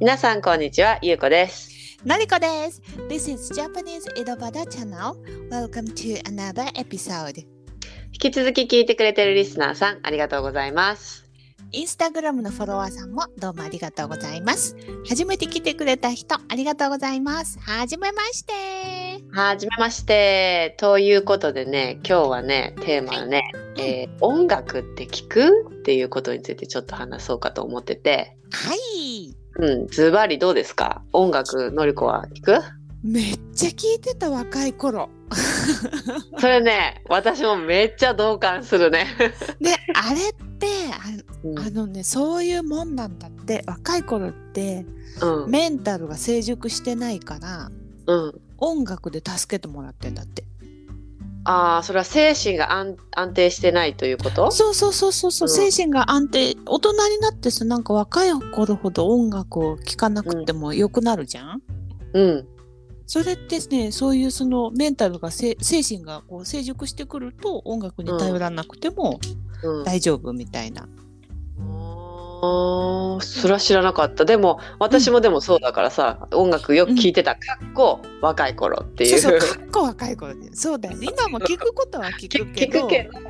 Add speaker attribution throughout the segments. Speaker 1: 皆さんこんにちは、ゆうこです。
Speaker 2: Noriko です。This is Japanese Idobada Channel. Welcome to another episode.
Speaker 1: 引き続き聞いてくれてるリスナーさん、ありがとうございます。
Speaker 2: インスタグラムのフォロワーさんもどうもありがとうございます。初めて来てくれた人、ありがとうございます。はじめまして。
Speaker 1: はじめまして。ということでね、今日はね、テーマはね、
Speaker 2: い
Speaker 1: えー音楽って聞くっていうことについてちょっと話そうかと思ってて、
Speaker 2: はい。
Speaker 1: うん、ズバリどうですか音楽、のりこは聞く
Speaker 2: めっちゃ聞いてた若い頃。
Speaker 1: それね、私もめっちゃ同感するね。
Speaker 2: で、 あれって
Speaker 1: うん
Speaker 2: あ、あのね、そういうもんなんだって、若い頃って
Speaker 1: うん、
Speaker 2: メンタルが成熟してないから、
Speaker 1: うん。
Speaker 2: 音楽で助けてもらってんだって。
Speaker 1: ああ、それは精神が安安定してないということ
Speaker 2: そうそうそうそうそう、
Speaker 1: うん
Speaker 2: 精神が安定大人になってさなんか若い頃ほど音楽を聴かなくても良くなるじゃん、
Speaker 1: うん。
Speaker 2: それってねそういうそのメンタルがせ精神がこう成熟してくると音楽に頼らなくても
Speaker 1: うん、
Speaker 2: 大丈夫みたいな、
Speaker 1: あーそれは知らなかったでも私もでもそうだからさ、音楽よく聴いてたかっこ若い頃ってい
Speaker 2: そううそうかっこ若い頃でそうだよ ね今も聞くことは聞
Speaker 1: 聞
Speaker 2: くけ
Speaker 1: 聞
Speaker 2: ど
Speaker 1: くけど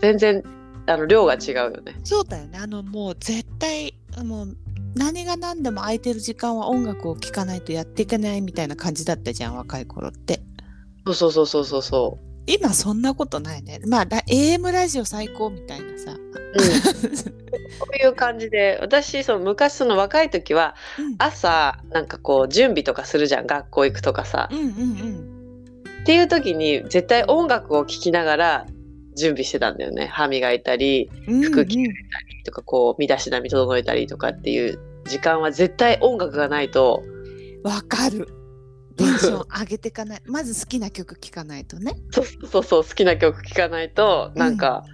Speaker 1: 全然あの量が違うよね
Speaker 2: そうだよねあのもう絶対もう何が何でも空いてる時間は音楽を聴かないとやっていけないみたいな感じだったじゃん若い頃って。
Speaker 1: そうそうそうそうそうそ
Speaker 2: 今そんなことないね。まあ、ラ AM ラジオ最高みたいなさ。
Speaker 1: う、うん、そういう感じで私その昔その若い時は
Speaker 2: うん
Speaker 1: 朝なんかこう準備とかするじゃん学校行くとかさ、
Speaker 2: うんうんうん。
Speaker 1: っていう時に絶対音楽を聴きながら準備してたんだよね歯磨いたり
Speaker 2: うん
Speaker 1: 服着替えとかこう身だしなみ整えたりとかっていう時間は絶対音楽がないと
Speaker 2: うんわかる。テンション上げてかない。 まず好きな曲聴かないとね。
Speaker 1: そうそうそう好きな曲聴かないとなんか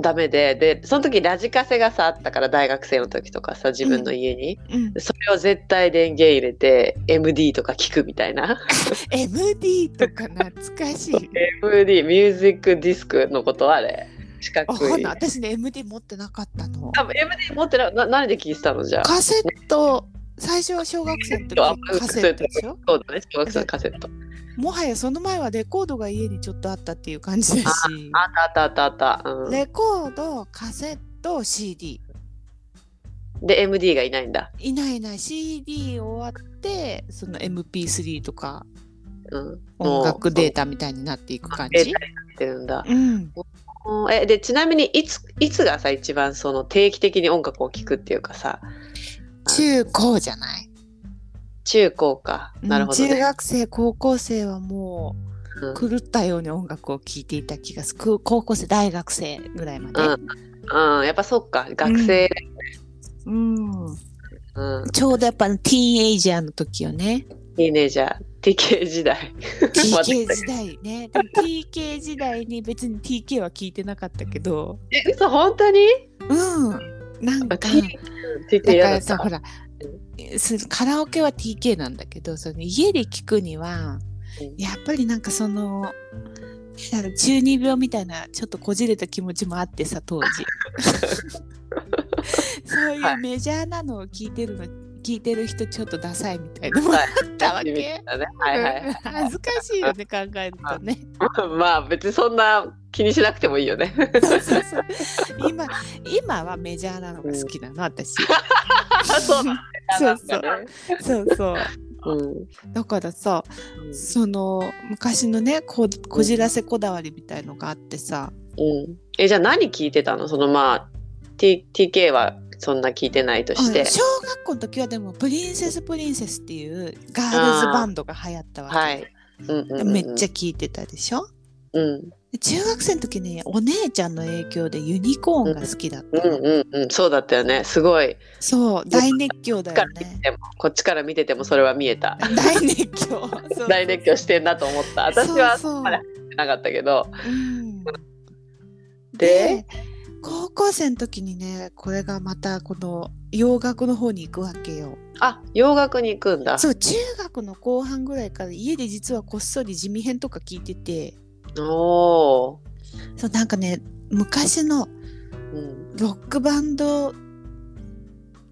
Speaker 1: ダメで、でその時ラジカセがさあったから大学生の時とかさ自分の家に、
Speaker 2: うん、
Speaker 1: それを絶対電源入れて MD とか聴くみたいな
Speaker 2: MD とか懐かしい。
Speaker 1: MD ミュージックディスクのことあれ四
Speaker 2: あ
Speaker 1: 角
Speaker 2: ほ
Speaker 1: い
Speaker 2: な私ね MD 持ってなかったの。
Speaker 1: 多分 MD 持ってなな何で聴いてたのじゃあ
Speaker 2: カセット最初は小学生の時
Speaker 1: あ
Speaker 2: カセットでしょ
Speaker 1: そうだね小学生のカセット
Speaker 2: もはやその前はレコードが家にちょっとあったっていう感じだし
Speaker 1: あったあったあったあった、うん
Speaker 2: レコードカセット CD
Speaker 1: で MD がいないんだ
Speaker 2: いないいない CD 終わってその MP3 とか
Speaker 1: うん、
Speaker 2: 音楽デー
Speaker 1: ー
Speaker 2: タみたいになっていく感
Speaker 1: データ
Speaker 2: じ
Speaker 1: に、なってるんだ。
Speaker 2: うん、
Speaker 1: うんえでちなみにいついつがさ一番その定期的に音楽を聴くっていうかさ
Speaker 2: 中高じゃない、
Speaker 1: 中高かなるほど
Speaker 2: うん中
Speaker 1: ね。
Speaker 2: 学生高校生はも
Speaker 1: うん
Speaker 2: う狂ったように音楽を聴いていた気がする高校生大学生ぐらいまで、
Speaker 1: うん、やっぱそっか学生、
Speaker 2: うん
Speaker 1: うん
Speaker 2: ちょうどやっぱティーンエイジャーの時 よね
Speaker 1: ティーネイジャー TK 時代
Speaker 2: TK 時代ねでも TK 時代に別に TK は聴いてなかったけど
Speaker 1: え嘘本当に
Speaker 2: うんなんか
Speaker 1: TK
Speaker 2: だ
Speaker 1: 嫌
Speaker 2: か
Speaker 1: だ
Speaker 2: ら
Speaker 1: った
Speaker 2: さほらすカラオケは TK なんだけどその家で聞くには
Speaker 1: うん
Speaker 2: やっぱりなんかそのなんか中二病みたいなちょっとこじれた気持ちもあってさ当時 そうい
Speaker 1: は
Speaker 2: うメジャーなのを聞いてるの聞いてる人ちょっとダサいみたいなのもあ
Speaker 1: はい
Speaker 2: ったわけ。
Speaker 1: はいはいはい
Speaker 2: 恥ずかしいよね考えるとね。
Speaker 1: まあ別にそんな気にしなくてもいいよね
Speaker 2: そうそうそう今今はメジャーなのが好きなの私。
Speaker 1: そうだね
Speaker 2: そうそうそうそう。
Speaker 1: うん
Speaker 2: だからさその昔のねここじらせこだわりみたいのがあってさ
Speaker 1: うん、えじゃあ何聞いてたのそのまあ、T、TK はそんな聞いてないと
Speaker 2: うん
Speaker 1: して、
Speaker 2: 小学校の時はでも「プリンセスプリンセス」っていうガールズバンドが流行ったわけ、
Speaker 1: はいうんうんうんうん、
Speaker 2: めっちゃ聴いてたでしょ
Speaker 1: うん
Speaker 2: で中学生の時ねお姉ちゃんの影響でユニコーンが好きだった
Speaker 1: う
Speaker 2: の、
Speaker 1: んうんうんそうだったよねすごい
Speaker 2: そう大熱狂だ
Speaker 1: か
Speaker 2: よ
Speaker 1: ら見て
Speaker 2: ね
Speaker 1: てもこっちから見ててもそれは見えた
Speaker 2: 大熱狂そう
Speaker 1: 大熱狂してんなと思った私は
Speaker 2: そうそう
Speaker 1: まだなかったけど
Speaker 2: うん
Speaker 1: で
Speaker 2: で高校生の時にねこれがまたこの洋楽の方に行くわけよ
Speaker 1: あ洋楽に行くんだ
Speaker 2: そう中学の後半ぐらいから家で実はこっそり地味編とか聞いてて
Speaker 1: おお、
Speaker 2: そうなんかね昔の
Speaker 1: うん、
Speaker 2: ロックバンド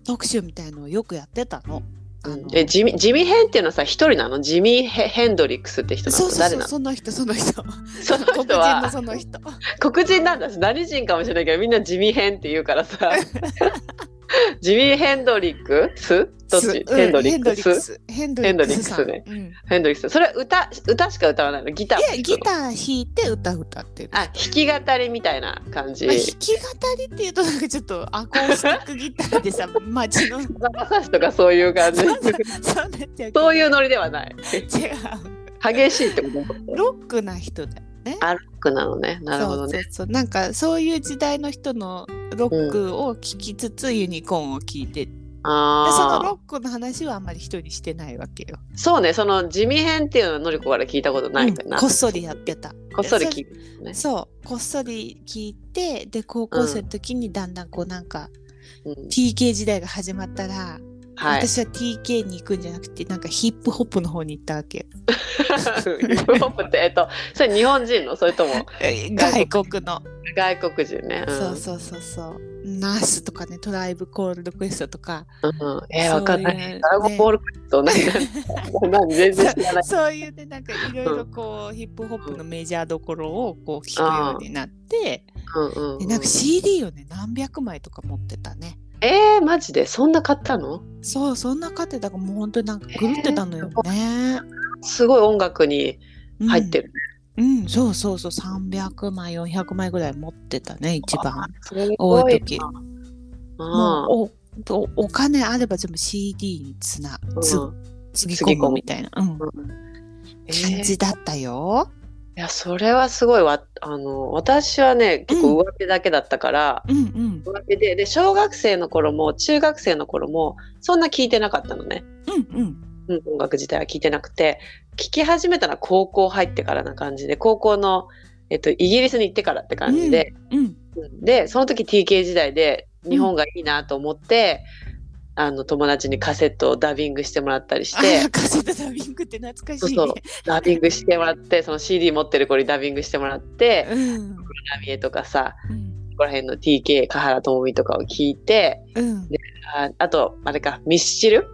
Speaker 2: 特集みたいのをよくやってたの。あの
Speaker 1: えジミジミヘンっていうのはさ一人なのジミヘヘンドリックスって人な
Speaker 2: そ
Speaker 1: の
Speaker 2: うそう
Speaker 1: 誰
Speaker 2: そう
Speaker 1: なの
Speaker 2: その人その 人
Speaker 1: その
Speaker 2: 黒
Speaker 1: 人
Speaker 2: 人の
Speaker 1: は
Speaker 2: その人
Speaker 1: 黒人なんだし何人かもしれないけどみんなジミヘンって言うから さジミヘンドリックスどっ
Speaker 2: す
Speaker 1: ち
Speaker 2: うん
Speaker 1: ヘンドリックス
Speaker 2: ヘンドリックスさ
Speaker 1: ヘン
Speaker 2: ん
Speaker 1: ドリッ
Speaker 2: うんい
Speaker 1: ヘンドリックスそれは歌歌しか歌わないのギターも弾く
Speaker 2: や
Speaker 1: の
Speaker 2: ギター弾いて歌歌ってる
Speaker 1: あ弾き語りみたいな感じ
Speaker 2: まあ、弾き語りっていうとなんかちょっとアコースティックギターでさ街の
Speaker 1: ザバサシとかそういう感じ
Speaker 2: そうそうなっちゃう
Speaker 1: そう
Speaker 2: う
Speaker 1: いうノリではない
Speaker 2: 違
Speaker 1: 激しいってこと
Speaker 2: うロックな人だね
Speaker 1: あロックなのねなるほどね
Speaker 2: そうそうそうなんかそういう時代の人のロックを聴きつつユニコーンを聴いて、でその
Speaker 1: ああ
Speaker 2: ロックの話はあんまり人にしてないわけよ、
Speaker 1: そうねその地味編っていうのはのりこから聞いたことないか
Speaker 2: う
Speaker 1: な、
Speaker 2: んこっそりやってた
Speaker 1: こっそり聞くね
Speaker 2: そうこっそり聞いてで高校生の時にだんだんこうなんか、
Speaker 1: うん、
Speaker 2: TK 時代が始まったら、
Speaker 1: はい
Speaker 2: 私は TK に行くんじゃなくてなんかヒップホップの方に行ったわけよ
Speaker 1: ヒップホップって えっとそれ日本人のそれとも
Speaker 2: え外国の、
Speaker 1: 外国人ね、うん、
Speaker 2: そうそうそうそうナースとかねトライブコールドクエストとか
Speaker 1: うん、えー、わかんない
Speaker 2: そういうね
Speaker 1: ドラゴンボールクエスト何何何全然知ら ない
Speaker 2: そういうねなんかいろいろこうヒップホップのメジャーどころをこう聞くようになって、
Speaker 1: うんうんう
Speaker 2: で
Speaker 1: ん
Speaker 2: なんか CD をね何百枚とか持ってたね
Speaker 1: えー、マジでそんな買ったの
Speaker 2: そうそんな家庭だからもう本当になんか狂ってたのよね、
Speaker 1: すごい音楽に
Speaker 2: うん
Speaker 1: 入ってる、
Speaker 2: うん、そうそうそう300枚400枚ぐらい持ってたね一番
Speaker 1: すごい
Speaker 2: 多い時
Speaker 1: なうん
Speaker 2: もうおおお金あれば全部 CD につなつ
Speaker 1: うん
Speaker 2: つぎ込むみたいな、うん、感
Speaker 1: えー
Speaker 2: じだったよ、
Speaker 1: いやそれはすごいわあの私はね結構上手だけだったから、
Speaker 2: うん
Speaker 1: 上手でで小学生の頃も中学生の頃もそんな聞いてなかったのね、
Speaker 2: うんうんうん
Speaker 1: うん、音楽自体は聞いてなくて聞き始めたのは高校入ってからな感じで高校の、えっと、イギリスに行ってからって感じで、
Speaker 2: うん
Speaker 1: うんでその時 TK 時代で日本がいいなと思って、あの友達にカセットをダビングしてもらったりし
Speaker 2: あ
Speaker 1: て
Speaker 2: らカセットダビングって懐かしいね
Speaker 1: そうダビングしてもらってその CD 持ってる子にダビングしてもらって
Speaker 2: うん
Speaker 1: 「ラミエ」とかさ
Speaker 2: うん
Speaker 1: ここら辺の TK 華原朋美とかを聞いて
Speaker 2: うん
Speaker 1: ああとあれかミスチル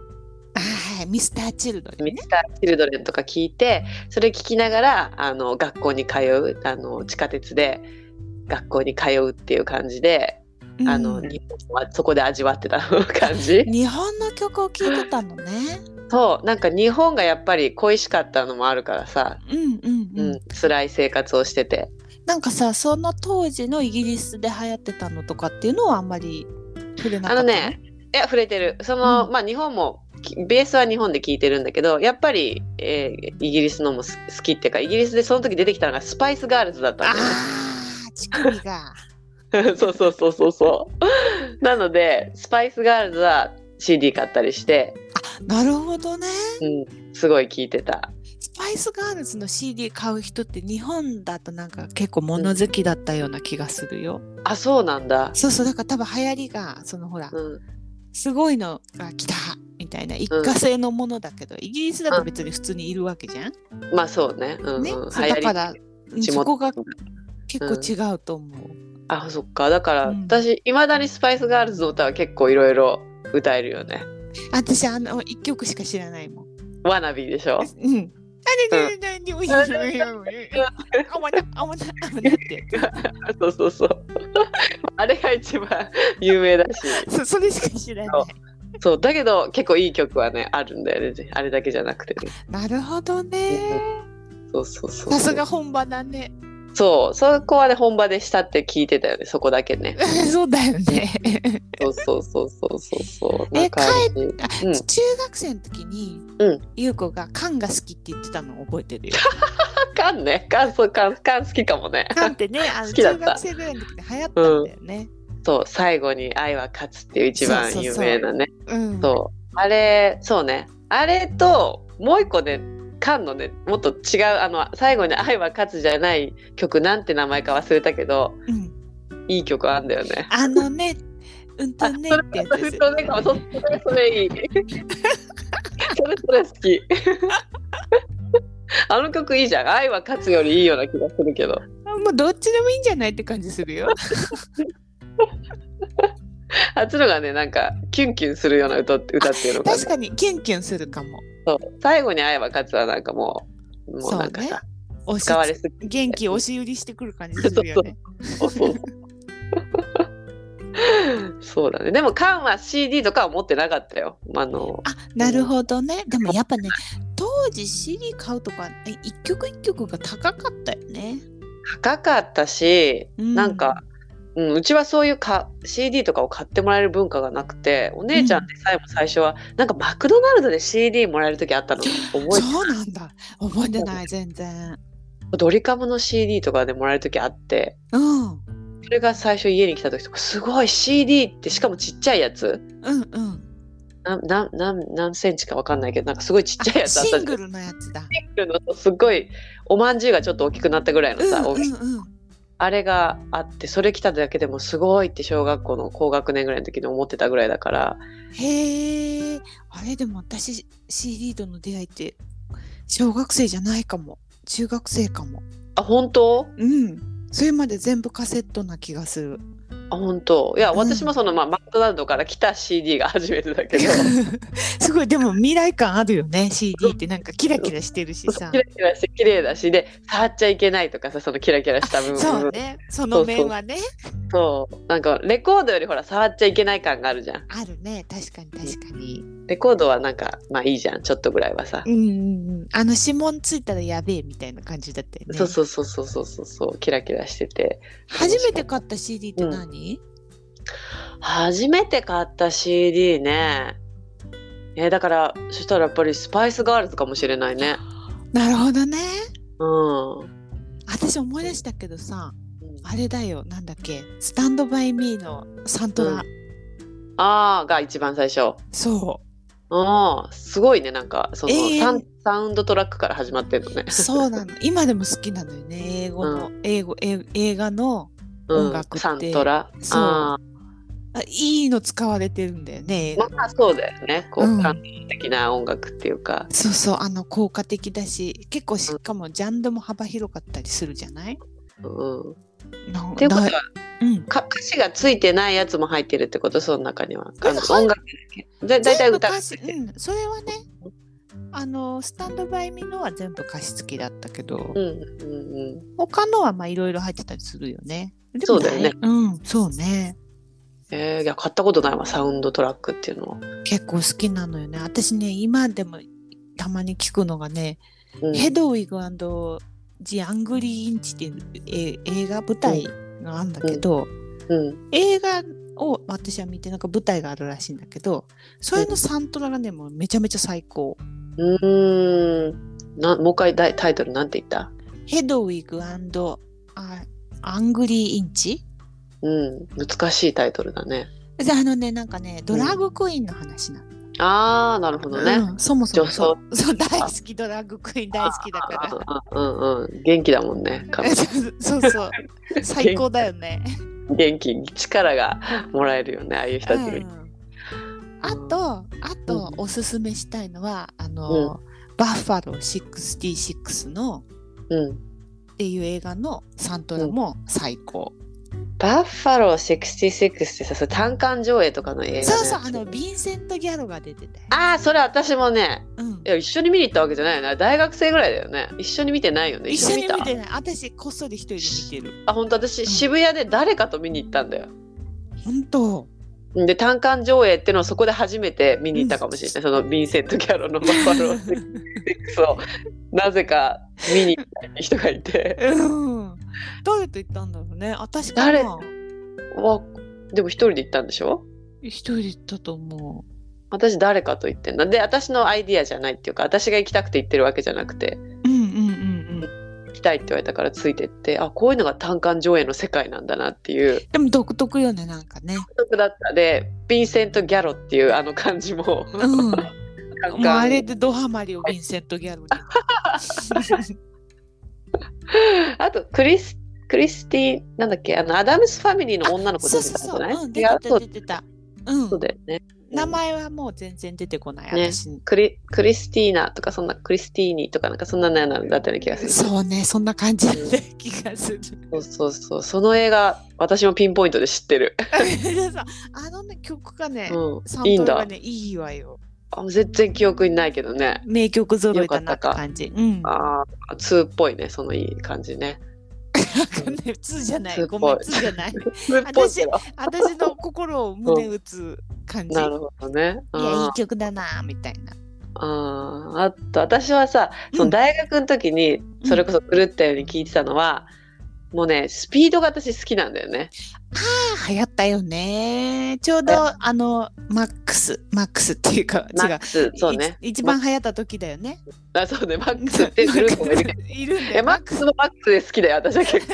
Speaker 2: あはいミスターチルドレン
Speaker 1: ミ
Speaker 2: ね
Speaker 1: スター・チルドレンとか聞いてそれ聞きながらあの学校に通うあの地下鉄で学校に通うっていう感じで、あの
Speaker 2: うん
Speaker 1: 日本はそこで味わってた感じ
Speaker 2: 日本の曲を聴いてたのね
Speaker 1: そうなんか日本がやっぱり恋しかったのもあるからさ、
Speaker 2: うんうん
Speaker 1: う
Speaker 2: うん、
Speaker 1: ん、辛い生活をしてて
Speaker 2: なんかさその当時のイギリスで流行ってたのとかっていうのはあんまり触れなかった
Speaker 1: あのねいや触れてるその、
Speaker 2: うん
Speaker 1: まあ日本もきベースは日本で聴いてるんだけどやっぱり、えーイギリスのもす好きっていうかイギリスでその時出てきたのがスパイスガールズだった
Speaker 2: あ
Speaker 1: んだよね
Speaker 2: ー乳首が
Speaker 1: そうそうそうそうそうなのでスパイスガールズは CD 買ったりして、
Speaker 2: なるほどね
Speaker 1: うん、すごい聴いてた
Speaker 2: スパイスガールズの CD 買う人って日本だとなんか結構物好きだったような気がするよ、
Speaker 1: あそうなんだ、
Speaker 2: そうそうだから多分流行りがそのほら
Speaker 1: うん、
Speaker 2: すごいのが来たみたいな一過性のものだけど、イギリスだと別に普通にいるわけじゃん、
Speaker 1: まあそうね,、うんうん、
Speaker 2: ね
Speaker 1: 流
Speaker 2: そう
Speaker 1: 行
Speaker 2: だ
Speaker 1: り
Speaker 2: からうん
Speaker 1: 地元
Speaker 2: そこが結構違うと思う、
Speaker 1: あそっかだから、
Speaker 2: うん
Speaker 1: 私いまだにスパイスガールズの歌は結構いろいろ歌えるよね
Speaker 2: 私あの一曲しか知らないもん
Speaker 1: ワナビーで しょ
Speaker 2: うん。あれで、で、で、で、あわな、あわな、あわなってや
Speaker 1: そうそうそう。 あれが一番有名だし。
Speaker 2: つ。そそれしか知らない。
Speaker 1: そう、だけど結構いい曲はね、あるんだよね。あれだけじゃなくてね。
Speaker 2: なるほどね。
Speaker 1: そうそうそう。
Speaker 2: さすが。本場だね。
Speaker 1: そう、そこはね、本場でしたって聞いてたよね、そこだけね。
Speaker 2: そうだよね。
Speaker 1: そうそうそうそうそうそう。
Speaker 2: え
Speaker 1: なんかあるし
Speaker 2: あ
Speaker 1: うん
Speaker 2: 中学生の時に
Speaker 1: うん、
Speaker 2: ゆうこがカンが好きって言ってたのを覚えてるよ。
Speaker 1: あかんね。かん、そう、かん、かん好きかもね。
Speaker 2: カンってね、あの
Speaker 1: 好きだっ
Speaker 2: 中
Speaker 1: た
Speaker 2: 学生ぐらいの時に流行ったんだよね。
Speaker 1: そう、最後に愛は勝つっていう一番
Speaker 2: そうそう
Speaker 1: 有
Speaker 2: そう
Speaker 1: 名なね。
Speaker 2: うん。
Speaker 1: そう。あれ、そうね。あれと、もう一個ね、カンのね、もっと違う、あの、最後に愛は勝つじゃない曲、なんて名前か忘れたけど、
Speaker 2: うん。
Speaker 1: いい曲あんだよね。
Speaker 2: あのね、うんとねってやつですよ
Speaker 1: それかもそれそれいい。それそれ好き。あの曲いいじゃん。愛は勝つよりいいような気がするけど。
Speaker 2: もうどっちでもいいんじゃないって感じするよ。
Speaker 1: あっちのがねなんかキュンキュンするような歌って歌っていうのかな
Speaker 2: 確かにキュンキュンするかも。
Speaker 1: そう最後に会えば勝つはなんかもうもうなんか
Speaker 2: そうね
Speaker 1: さ、
Speaker 2: 押し
Speaker 1: 使われすぎ
Speaker 2: 元気押し売りしてくる感じするよね。
Speaker 1: そうそうそう そうだねでもカンは CD とかは持ってなかったよあの
Speaker 2: あなるほどね。でもやっぱね当時 CD 買うとかえ一曲一曲が高かったよね。
Speaker 1: 高かったし、
Speaker 2: うん
Speaker 1: なんか、うん、うちはそういうか CD とかを買ってもらえる文化がなくてお姉ちゃんでさえも最初は、なんかマクドナルドで CD もらえる時あったの覚えて
Speaker 2: そうなんだ覚えてない全然。
Speaker 1: ドリカムの CD とかでもらえる時あって
Speaker 2: うんうん
Speaker 1: それが最初家に来た時とかすごい CD ってしかもちっちゃいやつ
Speaker 2: うん。
Speaker 1: なななん何センチかわかんないけどなんかすごいちっちゃい
Speaker 2: あ
Speaker 1: やつあっ
Speaker 2: シ
Speaker 1: た
Speaker 2: ン
Speaker 1: じゃん
Speaker 2: グルのやつだ。
Speaker 1: シングルのすっごいおまんじゅうがちょっと大きくなったぐらいの
Speaker 2: うん
Speaker 1: さ、
Speaker 2: う
Speaker 1: 大きい
Speaker 2: んうん。
Speaker 1: あれがあってそれ来ただけでもすごいって小学校の高学年ぐらいの時に思ってたぐらいだから
Speaker 2: へえあれでも私 CD との出会いって小学生じゃないかも中学生かも
Speaker 1: あ本当
Speaker 2: うんそれまで全部カセットな気がする
Speaker 1: あ本当いや
Speaker 2: うん
Speaker 1: 私もその、まあ、マクドナルドから来た CD が初めてだけど
Speaker 2: すごいでも未来感あるよね CD ってなんかキラキラしてるしさ
Speaker 1: キラキラして綺麗だしで触っちゃいけないとかさそのキラキラした部分
Speaker 2: そうねその面はね
Speaker 1: そうなんかレコードよりほら触っちゃいけない感があるじゃん
Speaker 2: あるね確かに確かに
Speaker 1: レコードはなんかまあいいじゃんちょっとぐらいはさ、
Speaker 2: うんうんうんあの指紋ついたらやべえみたいな感じだったよね
Speaker 1: そうそうそうそうそうそうそうキラキラしてて
Speaker 2: 初めて買った CD って何、
Speaker 1: 初めて買った CD ねえだからそしたらやっぱりスパイスガールズかもしれないね
Speaker 2: なるほどね
Speaker 1: うん、うん
Speaker 2: 私思い出したけどさあれだよ、なんだっけ、スタンドバイミーのサントラ。
Speaker 1: うあーが一番最初
Speaker 2: そ
Speaker 1: ああすごいねなんかその、
Speaker 2: ええ
Speaker 1: サンサウンドトラックから始まってるのね
Speaker 2: う、そうなの。今でも好きなのよね、英語の、英語、英映画の。
Speaker 1: うん
Speaker 2: 音楽って
Speaker 1: サントラ
Speaker 2: そう
Speaker 1: あ
Speaker 2: あいいの使われてるんだよね。映
Speaker 1: ー
Speaker 2: 画
Speaker 1: まあそうだよねこう、
Speaker 2: うん
Speaker 1: 感動的な音楽っていうか
Speaker 2: そうそう、あの効果的だし、結構しかもジャンルも幅広かったりするじゃない。
Speaker 1: うんっ
Speaker 2: な
Speaker 1: ていうこと
Speaker 2: な
Speaker 1: は
Speaker 2: うん、
Speaker 1: か歌詞がついてないやつも入ってるってことその中にはあの
Speaker 2: はい
Speaker 1: 音楽だけだだいたい
Speaker 2: 全部
Speaker 1: 歌が
Speaker 2: 歌詞、うん、それはね。あのスタンドバイミーのは全部歌詞付きだったけど、
Speaker 1: うんうんうん
Speaker 2: 他のはまあいろいろ入ってたりするよね。で
Speaker 1: そ
Speaker 2: も
Speaker 1: うだよね
Speaker 2: 大うん、そうね。
Speaker 1: えー、いや買ったことないわサウンドトラックっていうのは、
Speaker 2: 結構好きなのよね私ね今でもたまに聞くのがね、
Speaker 1: うん
Speaker 2: ヘドウィグジ・アングリー・インチっていうえ映画舞台があるんだけど、
Speaker 1: うん、
Speaker 2: 映画を私は見てなんか舞台があるらしいんだけどそれのサントラがねもうめちゃめちゃ最高。
Speaker 1: うーんなもう一回だいタイトルなんて言った
Speaker 2: ヘドウィグあアングリー・インチ
Speaker 1: うん難しいタイトルだね
Speaker 2: であのねなんかねドラッグクイーンの話なの。
Speaker 1: ああなるほどね、
Speaker 2: うんそもそも
Speaker 1: 女
Speaker 2: そ
Speaker 1: 装
Speaker 2: うそう大好きドラッグクイーン大好きだから。
Speaker 1: うんうんうん元気だもんね彼女
Speaker 2: そうそうそう最高だよね。
Speaker 1: 元気力がもらえるよねああいう人たち見る
Speaker 2: うんあとあとおすすめしたいのはあの、バッファロー66の
Speaker 1: うん
Speaker 2: っていう映画のサントラも最高。
Speaker 1: バッファロー66ってさそれ単館上映とかの映画、ね、
Speaker 2: そうそうあのヴィンセント・ギャロが出てて。
Speaker 1: ああそれ私もね
Speaker 2: うん
Speaker 1: いや一緒に見に行ったわけじゃないよね大学生ぐらいだよね一緒に見てないよね
Speaker 2: 一緒に見
Speaker 1: た
Speaker 2: てない私こっそり一人で見てる
Speaker 1: あ本当私渋谷で誰かと見に行ったんだよ
Speaker 2: 本当
Speaker 1: で単館上映っていうのをそこで初めて見に行ったかもしれない、そのヴィンセント・ギャロのバッファロー66を なぜか見に行った人がいて
Speaker 2: うん誰と行ったんだろうね私か
Speaker 1: 誰
Speaker 2: な
Speaker 1: わでも一人で行ったんでしょ
Speaker 2: 一人で行ったと思
Speaker 1: 私誰かと言ってんだで私のアイディアじゃないっていうか私が行きたくて行ってるわけじゃなくて
Speaker 2: ううんうんうんうん
Speaker 1: 行きたいって言われたからついてってあこういうのが単館上映の世界なんだなっていう
Speaker 2: でも独特よねなんかね
Speaker 1: 独特だったでヴィンセント・ギャロっていうあの感 じも、
Speaker 2: うん
Speaker 1: 単
Speaker 2: もう
Speaker 1: 館
Speaker 2: あれでドハマりをヴィンセント・ギ ャロに。
Speaker 1: あとクリスクリスティなんだっけあのアダムスファミリーの女の子
Speaker 2: そ
Speaker 1: た
Speaker 2: う
Speaker 1: ち
Speaker 2: そう
Speaker 1: だった
Speaker 2: そう。
Speaker 1: じゃない
Speaker 2: うん、
Speaker 1: 違うそ
Speaker 2: 出てた
Speaker 1: う
Speaker 2: 出てた。うん
Speaker 1: そう。だよね
Speaker 2: 名前はもう全然出てこない、
Speaker 1: ね
Speaker 2: 私
Speaker 1: クリクリスティーナとかそんなクリスティーニとかなんかそんなのだったような気がする
Speaker 2: そうねそんな感じだった気がする
Speaker 1: そうそうそうその映画私もピンポイントで知ってる、
Speaker 2: あのね曲がね、サ
Speaker 1: う
Speaker 2: ン
Speaker 1: ん、いいん
Speaker 2: トラ
Speaker 1: だ
Speaker 2: がねいいわよ
Speaker 1: あ全然記憶にないけどね
Speaker 2: 名曲揃えたな
Speaker 1: よ
Speaker 2: っ
Speaker 1: か
Speaker 2: て
Speaker 1: ったか
Speaker 2: 感じうん
Speaker 1: ああ2っぽいねそのいい感じ ね
Speaker 2: ね 普通じゃない
Speaker 1: す
Speaker 2: ご
Speaker 1: ごい
Speaker 2: めん普通じゃ ない
Speaker 1: 2っぽいけど
Speaker 2: 私の心を胸打つ感じ、
Speaker 1: なるほどねうん
Speaker 2: いやいい曲だなみたいな
Speaker 1: あーあと私はさ
Speaker 2: うん
Speaker 1: その大学の時にそれこそ狂ったように聞いてたのは、もうねスピードが私好きなんだよね。
Speaker 2: あ流行ったよねちょうどあのマックスマックスっていうか
Speaker 1: マ
Speaker 2: 違
Speaker 1: ッ
Speaker 2: う
Speaker 1: クスそうね
Speaker 2: い一番流行った時だよね
Speaker 1: あそうねマックスってグループも い るけど
Speaker 2: いるんだ
Speaker 1: え
Speaker 2: よ
Speaker 1: マックスもマックスで好きだよ私は結構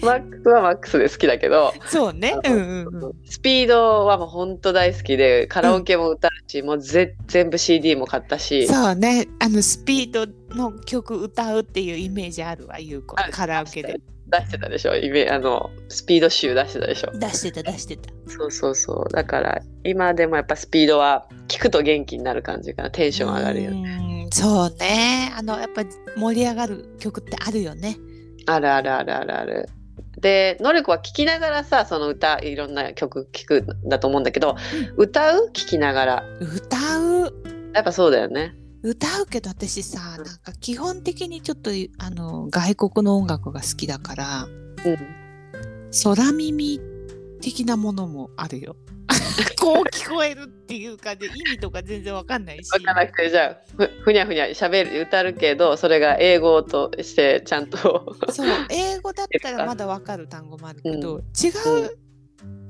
Speaker 1: マックスはマックスで好きだけど、
Speaker 2: そうねうんうんうん
Speaker 1: スピードはもうほんと大好きでカラオケも歌うし、もうぜ全部 CD も買ったし
Speaker 2: そうねあのスピードの曲歌うっていうイメージあるわゆうこ
Speaker 1: ある
Speaker 2: カラオケで
Speaker 1: 出してたでしょイメあのスピード集出してたでしょ
Speaker 2: 出してた出してた
Speaker 1: そうそうそうだから今でもやっぱスピードは聞くと元気になる感じかなテンション上がるよね
Speaker 2: うんそうねあのやっぱ盛り上がる曲ってあるよね
Speaker 1: あるあるあるあるあるでのりこは聴きながらさその歌いろんな曲聴くんだと思うんだけど、歌う聴きながら
Speaker 2: 歌う
Speaker 1: やっぱそうだよね
Speaker 2: 歌うけど私さなんか基本的にちょっとあの外国の音楽が好きだから
Speaker 1: うん
Speaker 2: 空耳的なものもあるよ こう聞こえるっていうかで意味とか全然わかんないし
Speaker 1: 分からなくてじゃあふふにゃふにゃしゃべる歌るけどそれが英語としてちゃんと
Speaker 2: そう英語だったらまだわかる単語もあるけど、
Speaker 1: う
Speaker 2: 違う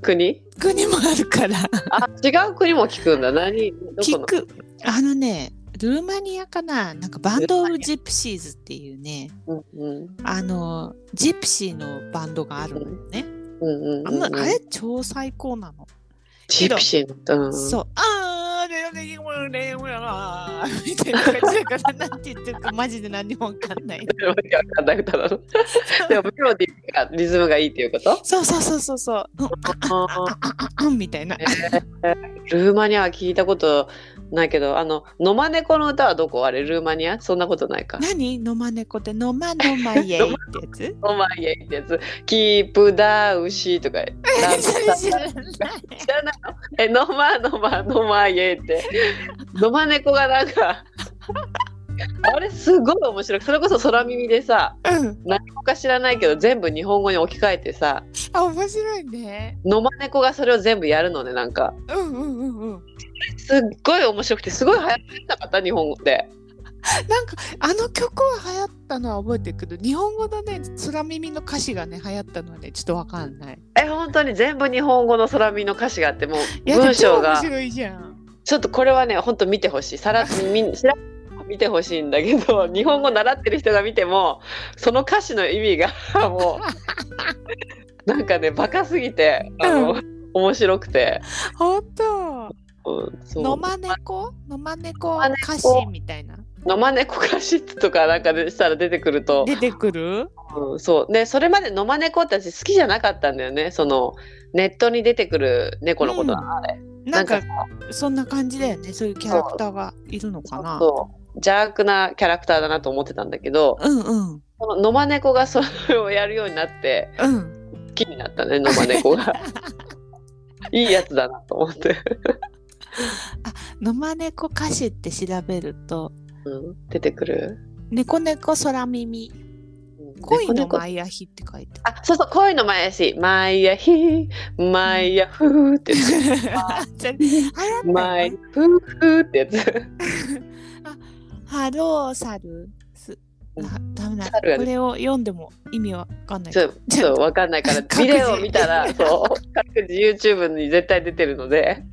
Speaker 1: 国
Speaker 2: 国もあるから
Speaker 1: あ違う国も聞くんだ何どこ
Speaker 2: 聞
Speaker 1: の
Speaker 2: くあのねルーマニアかななんかバンド・オブ・ジプシーズっていうね
Speaker 1: うんうん
Speaker 2: あのジプシーのバンドがあるのよね、
Speaker 1: うんうん
Speaker 2: あ
Speaker 1: うん
Speaker 2: の
Speaker 1: うん
Speaker 2: あれ超最高なの、
Speaker 1: ジプシーの、うん、
Speaker 2: そうあーレオレギモレオレラーみたいな感じだからなんて言ってるかマジで何もわかんない
Speaker 1: わけわかんない歌なの。 でもメロディーがリズムがいいっていうこと
Speaker 2: そうそうそうそうそううんああああみたいな
Speaker 1: ルーマニアは聞いたことないけどあの「野間猫の歌」はどこあれルーマニアそんなことないか。
Speaker 2: 何のまねこってのまのまイエイってやつ
Speaker 1: お前やってやつ「キープダウシ」とか。ラブ
Speaker 2: それ知
Speaker 1: 知
Speaker 2: らない
Speaker 1: らないのえ、ノマノマノマイエイって。ノマ猫がなんか。あれすごい面白い。それこそ空耳でさ、
Speaker 2: うん
Speaker 1: 何もか知らないけど全部日本語に置き換えてさ、
Speaker 2: あ 面白いね
Speaker 1: 野間猫がそれを全部やるのね、なんか。
Speaker 2: うんうんうんうん
Speaker 1: すっごい面白くてすごい流行ってなかった日本語で
Speaker 2: なんかあの曲は流行ったのは覚えてるけど日本語のね空耳の歌詞がね流行ったのはねちょっとわかんない。
Speaker 1: え本当に全部日本語の空耳の歌詞があってもう
Speaker 2: いやでも
Speaker 1: 文章
Speaker 2: 面
Speaker 1: が
Speaker 2: 白いじゃん。
Speaker 1: ちょっとこれはね本当見てほしいさらっと みん知ら見てほしいんだけど日本語習ってる人が見てもその歌詞の意味が もうなんかねバカすぎてあの、面白くて、
Speaker 2: 本当。
Speaker 1: うん、そう
Speaker 2: 野間猫野間猫
Speaker 1: 間猫
Speaker 2: 歌詞みたいな
Speaker 1: 野間猫歌詞とかなんかでしたら出てくると、
Speaker 2: 出てくる？
Speaker 1: うん、そうでそれまで野間猫って私好きじゃなかったんだよねそのネットに出てくる猫のことは、
Speaker 2: う
Speaker 1: あれ
Speaker 2: なんか
Speaker 1: さ
Speaker 2: そんな感じだよねそういうキャラクターがいるのかな。
Speaker 1: そう邪悪なキャラクターだなと思ってたんだけど
Speaker 2: うんうん
Speaker 1: この野間猫がそれをやるようになって
Speaker 2: うん。
Speaker 1: 好きになったね野間猫 がいいやつだなと思って、
Speaker 2: 野間猫歌詞って調べると
Speaker 1: うん、出てくる
Speaker 2: 猫猫空耳恋の前夜日って書いてあ
Speaker 1: あそうそう恋の前足毎夜日毎夜ふーって やつ
Speaker 2: る。あれ
Speaker 1: 毎夜ふーふーってやつ
Speaker 2: ハローサルス。
Speaker 1: うん
Speaker 2: あダメだ。こ
Speaker 1: 猿がね
Speaker 2: れを読んでも意味わかんない。
Speaker 1: そう、そう、わかんないから、
Speaker 2: 各自
Speaker 1: ビデオを見たら、そう、各自 YouTube に絶対出てるので、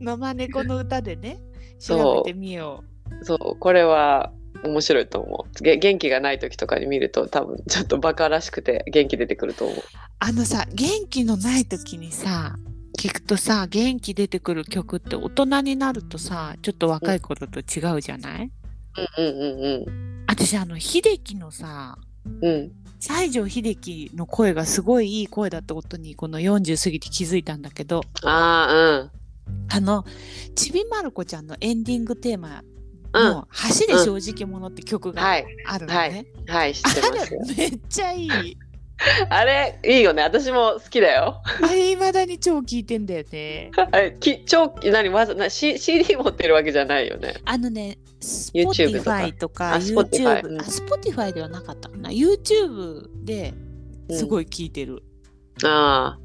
Speaker 2: 野間猫の歌でね、
Speaker 1: そう
Speaker 2: 調べてみよう。
Speaker 1: そう、これは面白いと思う。げ元気がない時とかに見ると、多分ちょっとバカらしくて元気出てくると思う。
Speaker 2: あのさ、元気のない時にさ、聞くとさ、元気出てくる曲って大人になるとさ、ちょっと若い頃と違うじゃない、
Speaker 1: うんうん
Speaker 2: 私、あの、秀樹のさ、
Speaker 1: うんうん。うん。
Speaker 2: 西城秀樹の声がすごいいい声だったことにこの40過ぎて気づいたんだけど
Speaker 1: あ
Speaker 2: あのちびまる子ちゃんのエンディングテーマ
Speaker 1: あ、うん。うん。
Speaker 2: の「橋で正直者」って曲が
Speaker 1: はい。
Speaker 2: あるのね。
Speaker 1: はい、知ってますよ
Speaker 2: あ。れめっちゃいい。
Speaker 1: あれ、いいよね。私も好きだよ。
Speaker 2: あれ未だに超聞いてんだよね。
Speaker 1: はい、き、超、なに、わざ、な、C. C. D. 持ってるわけじゃないよね。
Speaker 2: あのね、スポテ
Speaker 1: YouTube
Speaker 2: ィ
Speaker 1: と
Speaker 2: フ
Speaker 1: か
Speaker 2: ァイとか
Speaker 1: あ Spotify う
Speaker 2: YouTube、
Speaker 1: ん
Speaker 2: あ、スポティファイではなかったかな。YouTube ですごい聞いてる。
Speaker 1: あ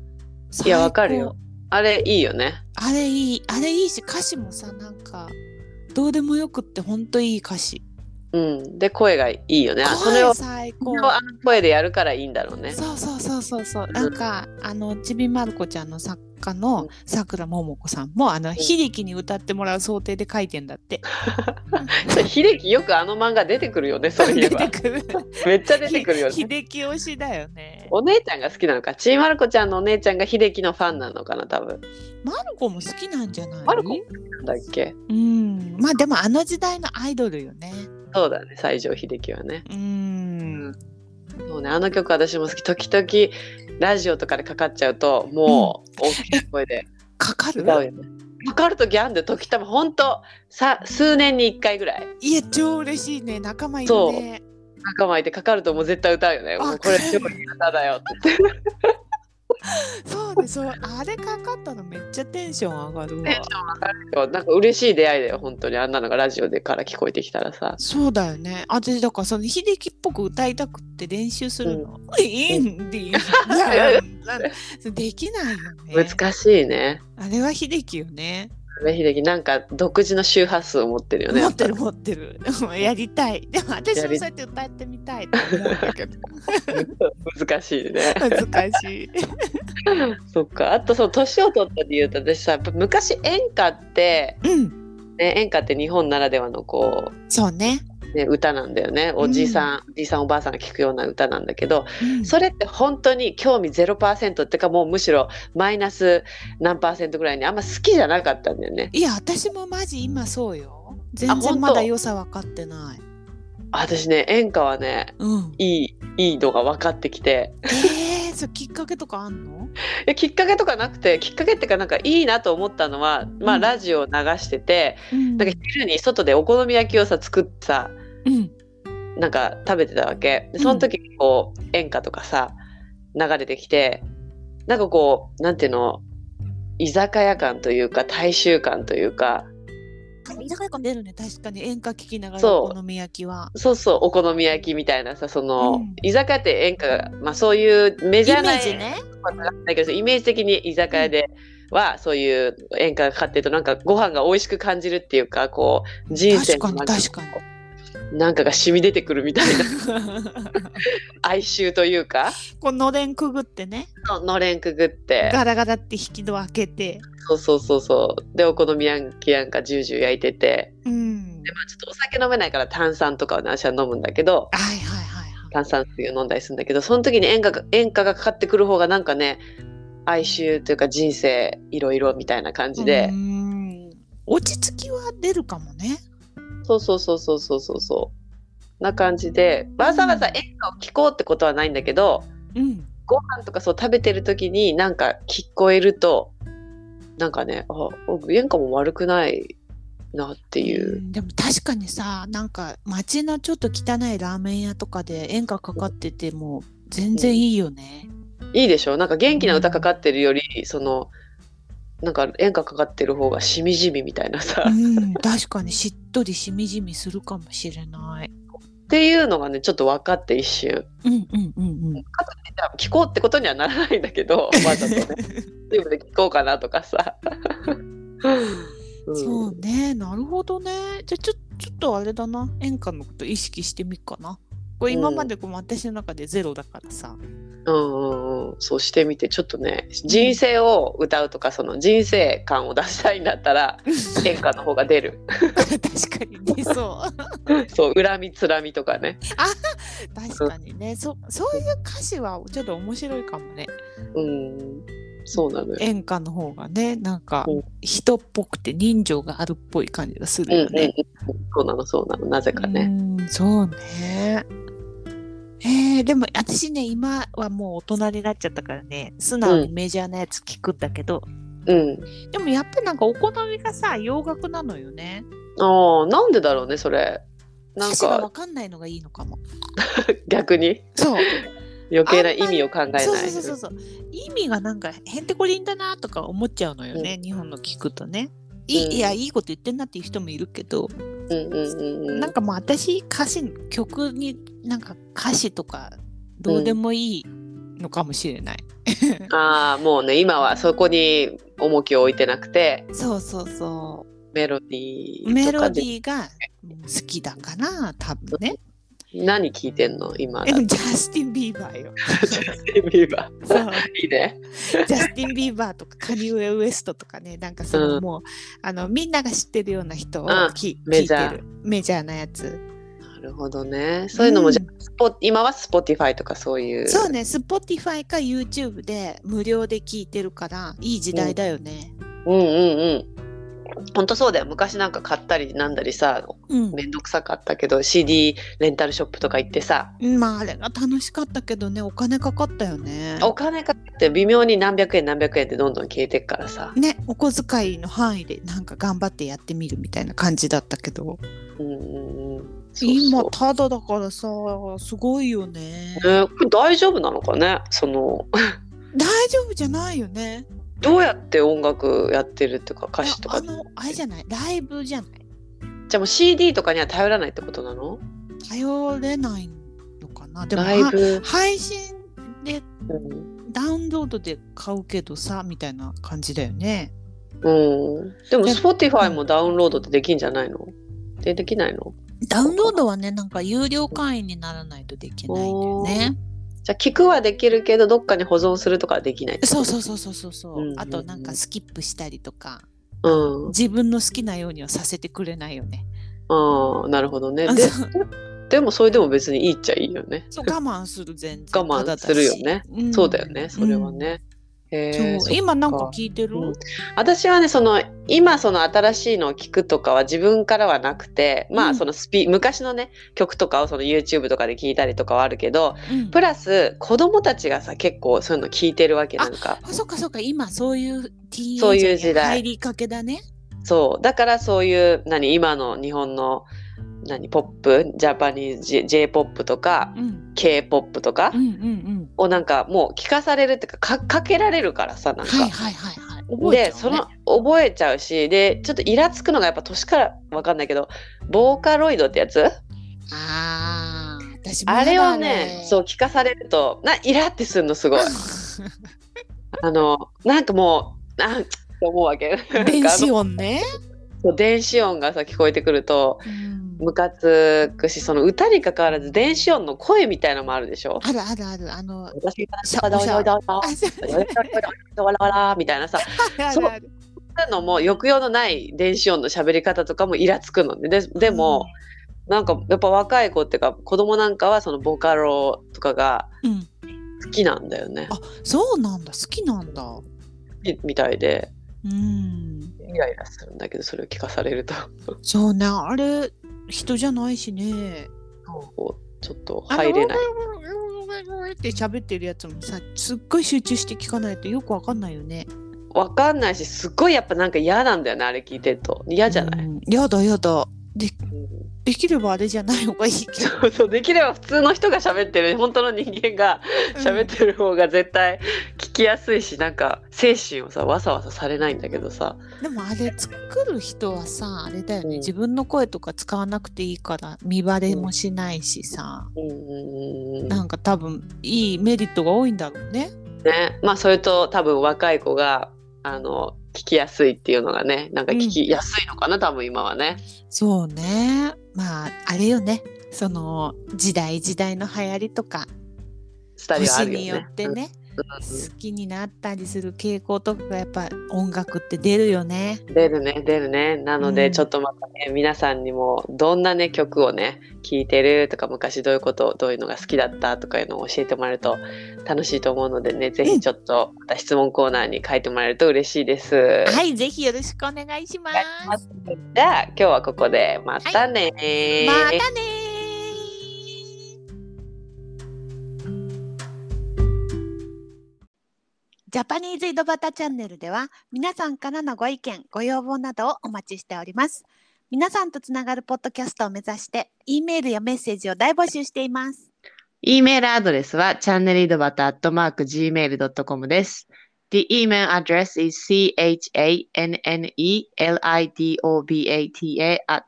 Speaker 1: いやわかるよあ、あれ、いいよね。
Speaker 2: 最高。あれいい、あれいいし、歌詞もさ、なんか、どうでもよくってほんといい歌詞。
Speaker 1: うん、で、声がいいよね。あそれを
Speaker 2: 声、最
Speaker 1: そ
Speaker 2: 高
Speaker 1: れ。をあの声でやるからいいんだろうね。
Speaker 2: そうそうそうそうそう。なんか、あの、ちびまる子ちゃんの作家のさくらももこさんも、あの、秀樹に歌ってもらう想定で書いてんだって。
Speaker 1: そう秀樹よくあの漫画出てくるよね。 そういえ
Speaker 2: 出
Speaker 1: ば
Speaker 2: て、くる。
Speaker 1: めっちゃ出てくるよ
Speaker 2: ひ
Speaker 1: ね。
Speaker 2: 秀樹推しだよね。
Speaker 1: お姉ちゃんが好きなのか、ちいまる子ちゃんのお姉ちゃんが秀樹のファンなのかな、多分。
Speaker 2: まる子も好きなんじゃない
Speaker 1: まる子なんだっけ。
Speaker 2: うん。まあでもあの時代のアイドルよね。
Speaker 1: そうだね、西城秀樹はね。
Speaker 2: うん。
Speaker 1: そうね、あの曲私も好き。時々ラジオとかでかかっちゃうと、もう大きな声 で
Speaker 2: かかる
Speaker 1: 歌うよね。かかる時あんだよ、時たま、ほんと、さ、数年に一回ぐらい。
Speaker 2: いや、超嬉しいね。仲間いる
Speaker 1: そう
Speaker 2: ね。
Speaker 1: 仲間いてかかるともう絶対歌うよね。
Speaker 2: あ
Speaker 1: もうこれ超歌だよって 言って。
Speaker 2: そうね、そう。あれかかったのめっちゃテンション上がるわ
Speaker 1: テン。ション上がるよ。なんか嬉しい出会いだよ、本当に。あんなのがラジオでから聞こえてきたらさ。
Speaker 2: そうだよね。あ私だからその秀樹っぽく歌いたくって練習するの。いいんでいい。いやなんそうできないよね。
Speaker 1: 難しいね。
Speaker 2: あれは秀樹よね。
Speaker 1: 阿部秀樹なんか独自の周波数を持ってるよね。
Speaker 2: 持ってる持ってる。やりたい。でも私
Speaker 1: や
Speaker 2: もそう
Speaker 1: り
Speaker 2: やって歌ってみたいと思うんだけど。
Speaker 1: 難しいね。
Speaker 2: 難しい。
Speaker 1: そっか。あとその年を取った理由と私さ、やっぱ昔演歌って、
Speaker 2: うん。
Speaker 1: ね、演歌って日本ならではのこ
Speaker 2: そうね。
Speaker 1: う、ね、歌なんだよね。おじいさん、おじいさんおばあさんが聞くような歌なんだけど、
Speaker 2: うん
Speaker 1: それって本当に興味0%ってかもうむしろマイナス何パーセントぐらいにあんま好きじゃなかったんだよね。
Speaker 2: いや私もマジ今そうよ。全
Speaker 1: あ本
Speaker 2: 然
Speaker 1: 当
Speaker 2: まだ良さ分かってない。
Speaker 1: あ私ね、演歌はね、
Speaker 2: うん。
Speaker 1: いい、いいのが分かってきて。
Speaker 2: えー、そうきっかけとかあんの？
Speaker 1: いやきっかけとかなくてきっかけってかなんかいいなと思ったのは、ま
Speaker 2: う
Speaker 1: あ、
Speaker 2: ん
Speaker 1: ラジオを流してて、
Speaker 2: うん
Speaker 1: なんか昼に外でお好み焼きをさ作ってさ
Speaker 2: うん。
Speaker 1: なんか食べてたわけでその時にこう演歌とかさ流れてきてなんかこうなんていうの居酒屋感というか大衆感というか
Speaker 2: 居酒屋感出るね確かに演歌聞きながら
Speaker 1: そう
Speaker 2: お好み焼きは
Speaker 1: そうそうお好み焼きみたいなさその、
Speaker 2: うん
Speaker 1: 居酒屋って演歌が、まあ、そういうメ
Speaker 2: イ
Speaker 1: ジ
Speaker 2: メ
Speaker 1: ャーな
Speaker 2: ージね
Speaker 1: だけどイメージ的に居酒屋ではそういう演歌がかかってるとなんかご飯が美味しく感じるっていうかこう人生のなんか
Speaker 2: 確かに確
Speaker 1: なんかが染み出てくるみたいな哀愁というか
Speaker 2: こうのれんくぐってね
Speaker 1: ののれんくぐって
Speaker 2: ガラガラって引き戸開けて
Speaker 1: そうそうそうそうでお好み焼きなんかジュージュー焼いてて
Speaker 2: うん
Speaker 1: まあちょっとお酒飲めないから炭酸とかをね私は飲むんだけど
Speaker 2: はいはいはいはい
Speaker 1: 炭酸水を飲んだりするんだけどその時に演歌が演歌がかかってくる方がなんかね哀愁というか人生いろいろみたいな感じで
Speaker 2: う、ん落ち着きは出るかもね
Speaker 1: そうそうそうそうそうそうそう。な感じでわざわざ演歌を聴こうってことはないんだけど、
Speaker 2: うん
Speaker 1: ご飯とかそう食べてる時になんか聞こえるとなんかねあ演歌も悪くないなっていう
Speaker 2: う。んでも確かにさなんか街のちょっと汚いラーメン屋とかで演歌かかってても全然いいよね、
Speaker 1: いいでしょなんか元気な歌かかってるより、そのなんか演歌かかってる方がしみじみみたいなさ、
Speaker 2: う
Speaker 1: っ
Speaker 2: ん、確かにしっとりしみじみするかもしれない
Speaker 1: ていうのがねちょっと分かって一瞬。
Speaker 2: うんうんうんうん
Speaker 1: かといってあ聞こうってことにはならないんだけどわざと ね。でもね聞こうかなとかさ。うん
Speaker 2: そうね、なるほどね。じゃあちょちょっとあれだな、演歌のこと意識してみっかな。これ今までこう私の中でゼロだからさ。
Speaker 1: うんうんうん、そうしてみてちょっとね人生を歌うとかその人生感を出したいんだったら演歌の方が出 る
Speaker 2: 確かに出そう。
Speaker 1: そう恨みつらみとかね、
Speaker 2: 確かにね、そそういう歌詞はちょっと面白いかもね。
Speaker 1: うん、そうなのよ、
Speaker 2: 演歌の方がね、なんか
Speaker 1: うん
Speaker 2: 人っぽくて人情があるっぽい感じがす
Speaker 1: うん
Speaker 2: る
Speaker 1: うん
Speaker 2: よ
Speaker 1: うん
Speaker 2: ね。、
Speaker 1: そうなのそうなのなぜかね、
Speaker 2: うんそうね。へえでも私ね今はもう大人になっちゃったからね素直にメジャーなやつ聞くんだけど、
Speaker 1: うん。
Speaker 2: でもやっぱなんかお好みがさ洋楽なのよね
Speaker 1: ああ、なんでだろうね、それ。なん
Speaker 2: 歌詞が
Speaker 1: か
Speaker 2: わかんないのがいいのかも
Speaker 1: 逆に
Speaker 2: そう
Speaker 1: 余計な意味を考えない。
Speaker 2: そうそうそうそう意味がなんかへんてこりんだなとか思っちゃうのよね、日本の聞くとねい,、
Speaker 1: うん
Speaker 2: いやいいこと言ってんなっていう人もいるけど、
Speaker 1: うんうんうんう
Speaker 2: なん
Speaker 1: ん。
Speaker 2: かもう私歌詞曲になんか歌詞とかどうでもいいのかもしれない、
Speaker 1: ああ、もうね、今はそこに重きを置いてなくて、
Speaker 2: そうそうそ
Speaker 1: メロディー
Speaker 2: うメ
Speaker 1: と
Speaker 2: ロ
Speaker 1: か
Speaker 2: デ
Speaker 1: で
Speaker 2: ィーが好きだから多分ね
Speaker 1: 何聞いてんの今
Speaker 2: で
Speaker 1: だ
Speaker 2: もジャスティン・ビーバーよ
Speaker 1: ジャスティンビーバー。
Speaker 2: そう
Speaker 1: いいね。
Speaker 2: ジャスティン・ビーバーとかカニウエ・ウエストとかねなんかその
Speaker 1: うん
Speaker 2: もう、あのみんなが知ってるような人を
Speaker 1: うん
Speaker 2: き、聞
Speaker 1: メ
Speaker 2: い
Speaker 1: ジャー
Speaker 2: てるメジャーなやつ
Speaker 1: なるほどね。そういうのもじゃあ、スポ今は Spotify とかそういう。
Speaker 2: そうね Spotify か YouTube で無料で聞いてるからいい時代だよね、
Speaker 1: うんうんうん。本当そうだよ昔なんか買ったりなんだりさ
Speaker 2: うん
Speaker 1: めんどくさかったけど CD レンタルショップとか行ってさ
Speaker 2: まああれが楽しかったけどねお金かかったよね
Speaker 1: お金かけて微妙に何百円何百円ってどんどん消えてくからさ、
Speaker 2: ねお小遣いの範囲でなんか頑張ってやってみるみたいな感じだったけど
Speaker 1: うんうんうん、
Speaker 2: 今
Speaker 1: そう
Speaker 2: ただだからさすごいよね
Speaker 1: そうねこれ大丈夫なのかねその
Speaker 2: 大丈夫じゃないよね
Speaker 1: どうやって音楽やってるっていうか歌詞と
Speaker 2: ああ
Speaker 1: かじ
Speaker 2: のあれじゃないライブじゃない
Speaker 1: ゃあもう CD とかには頼らないってことなの
Speaker 2: 頼れないのかなでも
Speaker 1: ライ
Speaker 2: は
Speaker 1: ブ、
Speaker 2: 配信で
Speaker 1: うん
Speaker 2: ダウンロードで買うけどさみたいな感じだよね
Speaker 1: うん、でも
Speaker 2: で
Speaker 1: Spotify もダウンロードってできんじゃないのでできないの
Speaker 2: ダウンロードはねなんか有料会員にならないとできないんだよね
Speaker 1: じゃあ聞くはできるけどどっかに保存するとかはできない
Speaker 2: そうそうそうそうそうそう、
Speaker 1: うんうんうん
Speaker 2: あとなんかスキップしたりとか
Speaker 1: うん
Speaker 2: 自分の好きなようにはさせてくれないよね
Speaker 1: ああなるほどねで
Speaker 2: そう
Speaker 1: でもそれでも別にいいっちゃいいよね
Speaker 2: そう我慢する全然
Speaker 1: 我慢
Speaker 2: ただだし
Speaker 1: するよね、
Speaker 2: ん
Speaker 1: そうだよねそれは、ね、へ
Speaker 2: うん
Speaker 1: ー
Speaker 2: そう
Speaker 1: そっか
Speaker 2: 今なんか聞いてる、
Speaker 1: うん私はねその今その新しいのを聞くとかは自分からはなくて、ま
Speaker 2: う
Speaker 1: あ
Speaker 2: ん
Speaker 1: そのスピ昔のね曲とかをその YouTube とかで聞いたりとかはあるけど
Speaker 2: うん
Speaker 1: プラス子供たちがさ結構そういうの聞いてるわけなんか
Speaker 2: あそっかそっか今そういうティ
Speaker 1: そ
Speaker 2: ー
Speaker 1: う
Speaker 2: ン
Speaker 1: いう
Speaker 2: エイジャ
Speaker 1: 時
Speaker 2: ーに
Speaker 1: 代
Speaker 2: 入りかけだね
Speaker 1: そうだからそういう何今の日本の何ポップジャパニーズ j p o p とか
Speaker 2: うん
Speaker 1: k p o p とか
Speaker 2: うんうん
Speaker 1: をなんかもう聞かされるっていうかかかけられるからさな
Speaker 2: うんん
Speaker 1: か。
Speaker 2: はいはいはいはい覚え
Speaker 1: で
Speaker 2: ちゃ
Speaker 1: そう
Speaker 2: ね
Speaker 1: の覚えちゃうしでちょっとイラつくのがやっぱ年からわかんないけどボーカロイドってやつ
Speaker 2: あー私も
Speaker 1: あ
Speaker 2: やだ
Speaker 1: れをねそうう聞かされるとなイラってするのすごいあのなんかもうなんって思うわけなんか
Speaker 2: 電子
Speaker 1: あ
Speaker 2: 音ね、
Speaker 1: のそう電子音がさ聞こえてくると
Speaker 2: うん
Speaker 1: ムカつくしその歌に関わらず電子音の声みたいのもあるでしょ
Speaker 2: あるあるあるあの
Speaker 1: 私が
Speaker 2: シャ
Speaker 1: わらわらわらわら
Speaker 2: あそう
Speaker 1: わらわらみたいなさ
Speaker 2: あるある
Speaker 1: そういうのも抑揚のない電子音の喋り方とかもイラつくのねででも、なんかやっぱ若い子っていうか子供なんかはそのボカロとかが
Speaker 2: うん、うん
Speaker 1: 好きなんだよね
Speaker 2: あそうなんだ好きなんだ
Speaker 1: みみたいで
Speaker 2: うん
Speaker 1: イライラするんだけどそれを聞かされると
Speaker 2: そうねあれ人じゃないしね
Speaker 1: こうちょっと入れない
Speaker 2: あのって喋ってるやつもさすっごい集中して聞かないとよくわかんないよね
Speaker 1: わかんないしすっごいやっぱなんか嫌なんだよねあれ聞いてると嫌じゃない、
Speaker 2: うんやだやだ
Speaker 1: うん
Speaker 2: できればあれじゃない方がいいけ ど
Speaker 1: そうそうできれば普通の人が喋ってる本当の人間が喋ってる方が絶対聞きやすいしなんか精神をさわさわさされないんだけどさ
Speaker 2: でもあれ作る人はさあれだよね、
Speaker 1: うん
Speaker 2: 自分の声とか使わなくていいから見バレもしないしさ、
Speaker 1: うんうんうんうん
Speaker 2: なんか多分いいメリットが多いんだろうね。
Speaker 1: ね、まあそれと多分若い子があの聞きやすいっていうのがねなんか聞きやすいのかな、多分今はね。
Speaker 2: そうねまああれよねその時代時代の流行りとか
Speaker 1: スタイルはあ
Speaker 2: 年
Speaker 1: るよね。
Speaker 2: によってね、
Speaker 1: うん
Speaker 2: 好きになったりする傾向とかがやっぱ音楽って出るよね。
Speaker 1: うん出るね出るねなの
Speaker 2: う
Speaker 1: で
Speaker 2: ん
Speaker 1: ちょっとまたね、皆さんにもどんなね曲をね聴いてるとか昔どういうことどういうのが好きだったとかいうのを教えてもらえると楽しいと思うのでねぜひちょっとまた質問コーナーに書いてもらえると嬉しいです。
Speaker 2: はいぜひよろしくお願いします。
Speaker 1: じゃあ今日はここでまたね
Speaker 2: またねージャパニーズ井戸端チャンネルでは皆さんからのご意見ご要望などをお待ちしております皆さんとつながるポッドキャストを目指して E メールやメッセージを大募集しています
Speaker 3: E メールアドレスは channelidobata.gmail.com です。The email address is chanelidobata at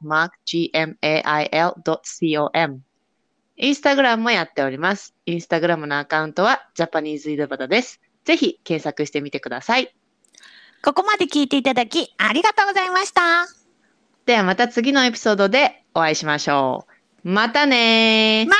Speaker 3: mark gmail.com。インスタグラムもやっております。インスタグラムのアカウントはジャパニーズ井戸端です。ぜひ検索してみてください。
Speaker 2: ここまで聞いていただきありがとうございました
Speaker 3: ではまた次のエピソードでお会いしましょう。またねー。
Speaker 2: ま